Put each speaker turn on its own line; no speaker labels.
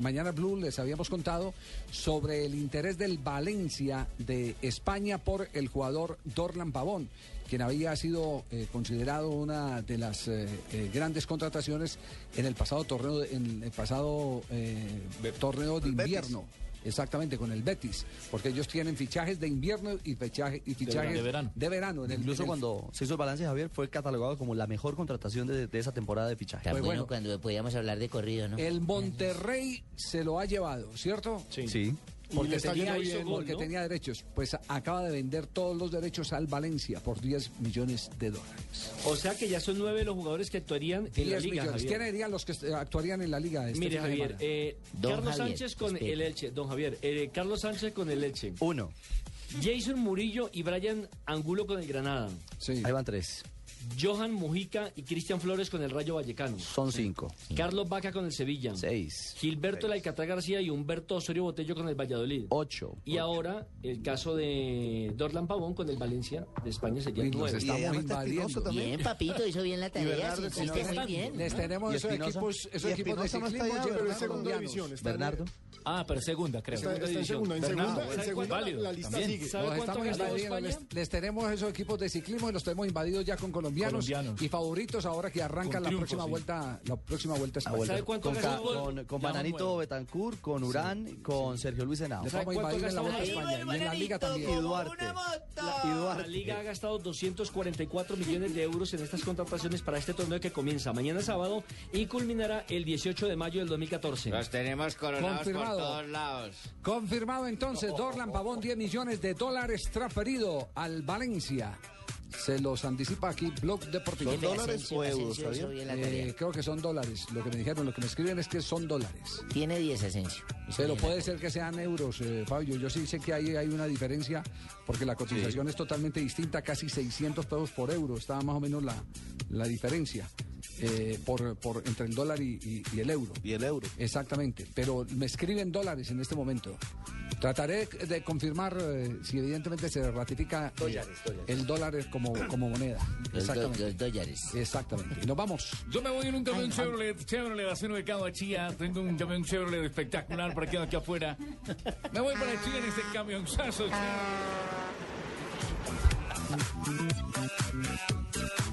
Mañana Blue les habíamos contado sobre el interés del Valencia de España por el jugador Dorlan Pavón, quien había sido eh, considerado una de las eh, eh, grandes contrataciones en el pasado torneo, de- en el pasado eh, torneo de
El Betis.
invierno. Exactamente, con el Betis, porque ellos tienen fichajes de invierno y, fichaje- y fichajes
verano. De verano.
de verano en el-
Incluso
en el-
cuando se hizo el balance, Javier, fue catalogado como la mejor contratación de, de esa temporada de fichaje.
Tan
Pues bueno.
bueno, cuando podíamos hablar de corrido, ¿no?
El Monterrey se lo ha llevado, ¿cierto?
Sí.
Sí.
Porque,
le está
tenía,
yendo bien,
porque
gol, ¿no?
tenía derechos. Pues acaba de vender todos los derechos al Valencia por 10 millones de dólares.
O sea que ya son nueve los jugadores que actuarían en la
10
liga.
millones.
Javier.
¿Quiénes serían los que eh, actuarían en la liga? este
Mire,
fin de
Javier,
semana?
eh,
Don
Carlos
Javier,
Sánchez con
espere.
el Elche. Don Javier, eh, Carlos Sánchez con el Elche.
Uno.
Jason Murillo y Brian Angulo con el Granada.
Sí.
Ahí van tres.
Johan Mujica y Cristian Flores con el Rayo Vallecano.
Son cinco.
Carlos Vaca con el Sevilla.
Mm. Seis.
Gilberto el Alcatraz García y Humberto Osorio Botello con el Valladolid.
Ocho.
Y ahora el caso de Dorlan Pavón con el Valencia de España sería
Y los
nueve.
estamos invadiendo.
Bien, papito, hizo bien la tarea, se hiciste muy bien.
Les tenemos
¿Y
esos
Espinosa?
equipos, esos
Y
equipos de
Espinosa no está
ciclismo
allá,
llenos
pero
de
en segunda
colombianos.
división. Está en-
Bernardo.
Ah, pero segunda, creo.
Está, está en segunda, en
Bernardo,
segunda, en
¿sabe
segunda
cuál?
la lista
También.
sigue.
¿Sabe
Los
cuánto
estamos
ganó
invadiendo,
España?
les, les tenemos esos equipos de ciclismo y los tenemos invadidos ya con colombianos,
Colombianos.
y favoritos ahora que arrancan
Con
la
triunfo,
próxima
sí.
vuelta, la próxima vuelta a España.
¿Sabe cuánto
con,
gasta
Ca-
el fútbol?
con, con
Ya van
Bananito
nueve.
Betancourt, con Urán, con Sergio Luis Henao.
Les
¿Sabe
vamos a
cuánto
invadir en la
gastamos
vuelta a
ahí?
España y en la liga también.
Y Duarte. Y
La
Duarte.
liga ha gastado 244 millones de euros en estas contrataciones para este torneo que comienza mañana sábado y culminará el 18 de mayo del 2014.
Los tenemos coronados
Confirmado.
por todos lados.
Confirmado entonces, Dorlan Pavón, 10 millones de dólares transferido al Valencia. Se los anticipa aquí Blog Deportivo.
Bien,
dólares
Asensio-
o euros,
Asensio hizo
Javier?
bien la tarea.
Eh, creo que son dólares. Lo que me dijeron, lo que me escriben es que son dólares.
Tiene 10 Asensio. Hizo
Pero
bien la
puede
tarea.
ser que sean euros, eh, Fabio. Yo sí sé que ahí hay una diferencia porque la cotización es totalmente distinta, casi 600 pesos por euro. Estaba más o menos la, la diferencia eh, por, por, entre el dólar y, y- y el euro.
Y el euro.
Exactamente, pero me escriben dólares en este momento. Trataré de- de confirmar eh, si evidentemente se ratifica eh, el dólar como, como moneda.
Los, do-
Exactamente.
los dólares.
Exactamente. Y nos vamos.
Yo me voy en un camión Chevrolet, Chevrolet acero de Cabo a Chía. Tengo un camión Chevrolet espectacular parqueado aquí afuera. Me voy para Chía en este camionzazo. Chevrolet.